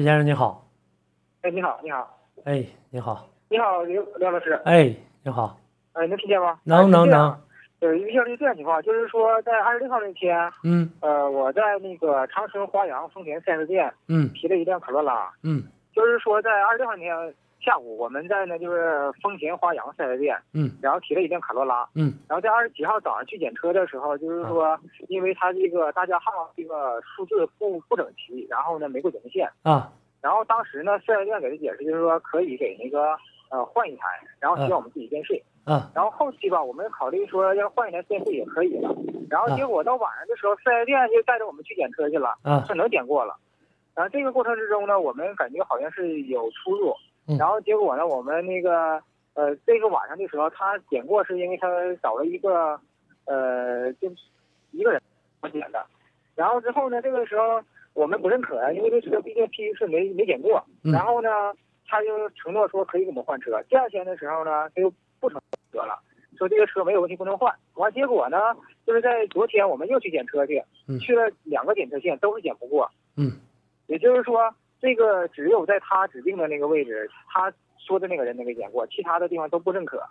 陈先生你好，哎，你好，你好，哎，你好，你好，刘刘老师，哎，你好，哎，能听见吗？能哎能。能是这样，有一个像是这样情况，就是说在二十六号那天，嗯呃，我在那个长春华阳丰田 4S 店嗯提了一辆可罗拉，嗯就是说在二十六号那天下午，我们在那就是丰田华阳 4S 店，嗯然后提了一辆卡罗拉，嗯，啊然后在二十七号早上去检车的时候，就是说因为它这个大家号这个数字不不整齐，然后呢没过检测线，啊然后当时呢，四 S 店给的解释就是说可以给那个呃换一台，然后需要我们自己垫税。啊然后后期吧，我们考虑说要换一台垫税也可以了。然后结果到晚上的时候，四 S 店就带着我们去检车去了，啊顺德点过了。然后这个过程之中呢，我们感觉好像是有出入嗯。然后结果呢，我们那个呃这个晚上的时候，他点过是因为他找了一个呃就是一个人我点的。然后之后呢，这个时候我们不认可啊呀，因为这车毕竟第一次没没检过。嗯然后呢，他就承诺说可以给我们换车。第二天的时候呢，他又不承诺了，说这个车没有问题，不能换。完结果呢，就是在昨天我们又去检车去嗯，去了两个检测线都是检不过。嗯，也就是说，这个只有在他指定的那个位置，他说的那个人那个检过，其他的地方都不认可。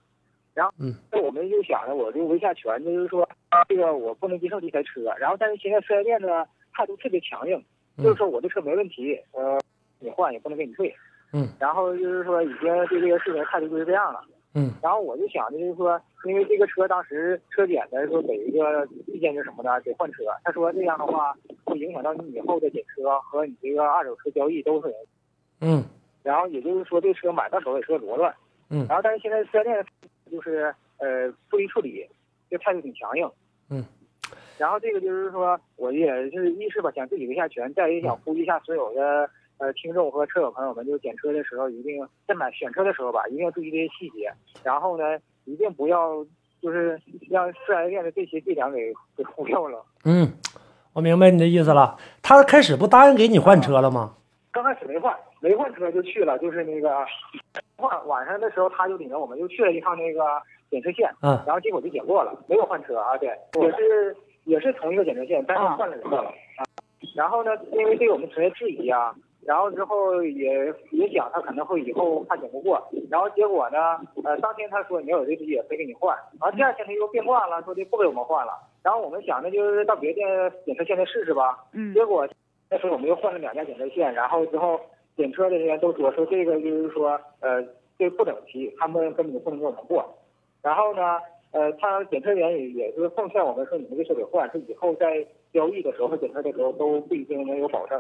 然后，嗯，那我们就想着我就维下权，就是说啊这个我不能接受这台车。然后，但是现在四 S 店呢态度特别强硬，嗯就是说我这车没问题，呃，你换也不能给你退。嗯，然后就是说已经对这个事情态度就是这样了。嗯，然后我就想着就是说，因为这个车当时车检的时候给一个意见是什么呢？得换车。他说这样的话会影响到你以后的检车和你这个二手车交易都会有。嗯然后也就是说，这车买到手也是个罗乱。嗯然后但是现在四 S 店就是呃不予处理，这态度挺强硬。嗯。然后这个就是说，我也是一是吧，想自己维下权，再也想呼吁一下所有的呃听众和车友朋友们，就是检车的时候一定在买选车的时候吧，一定要注意这些细节。然后呢，一定不要就是让四 S 店的这些伎俩给给忽悠了。嗯，我明白你的意思了。他开始不答应给你换车了吗？刚开始没换，没换车就去了，就是那个换晚上的时候，他就领着我们就去了一趟那个检测线，嗯然后结果就解过了，没有换车啊，对，也是也是同一个检测线，但是换了人了啊。然后呢，因为对我们存在质疑啊，然后之后也也想他可能会以后怕检不过，然后结果呢，呃，当天他说没有这批也没给你换，然后第二天他又变卦了，说这不给我们换了，然后我们想那就是到别的检测线再试试吧，嗯结果那时候我们又换了两家检测线，然后之后检车的人员都说说这个就是说呃这不整齐，他们根本就不能给我们过。然后呢，呃，他检测员也也是奉劝我们说你们这车得换，说以后在交易的时候和检测的时候都不一定能有保证，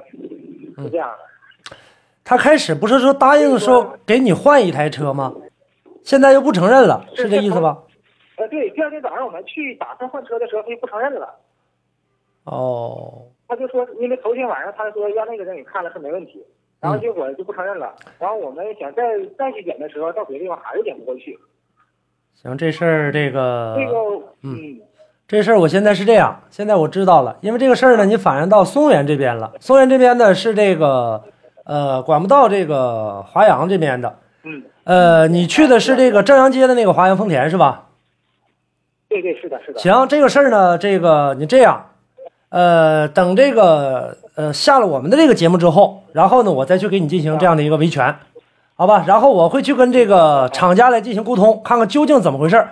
是这样的。他开始不是说答应说给你换一台车吗？现在又不承认了，是这意思吧？呃，对，第二天早上我们去打算换车的时候，他就不承认了。哦，他就说，因为头天晚上他说让那个人给看了是没问题，然后结果就不承认了。然后我们想再再去检的时候，到别的地方还是检不过去。行，这事儿这个这个，嗯，这事儿我现在是这样，现在我知道了，因为这个事儿呢，你反映到松原这边了。松原这边呢是这个，呃，管不到这个华阳这边的。嗯，呃，你去的是这个正阳街的那个华阳丰田是吧？对对，是的，是的。行，这个事儿呢，这个你这样，呃，等这个呃下了我们的这个节目之后，然后呢，我再去给你进行这样的一个维权，好吧？然后我会去跟这个厂家来进行沟通，看看究竟怎么回事儿。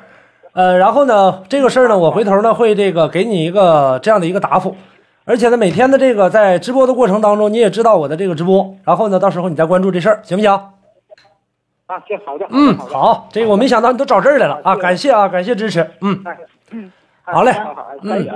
呃，然后呢，这个事儿呢，我回头呢会这个给你一个这样的一个答复，而且呢，每天的这个在直播的过程当中，你也知道我的这个直播，然后呢，到时候你再关注这事儿，行不行？啊，行，好的，好的嗯，好的，好，这个我没想到你都找这儿来了啊，好谢谢感谢啊，感谢支持，嗯，哎好嘞嗯好好，哎可以啊。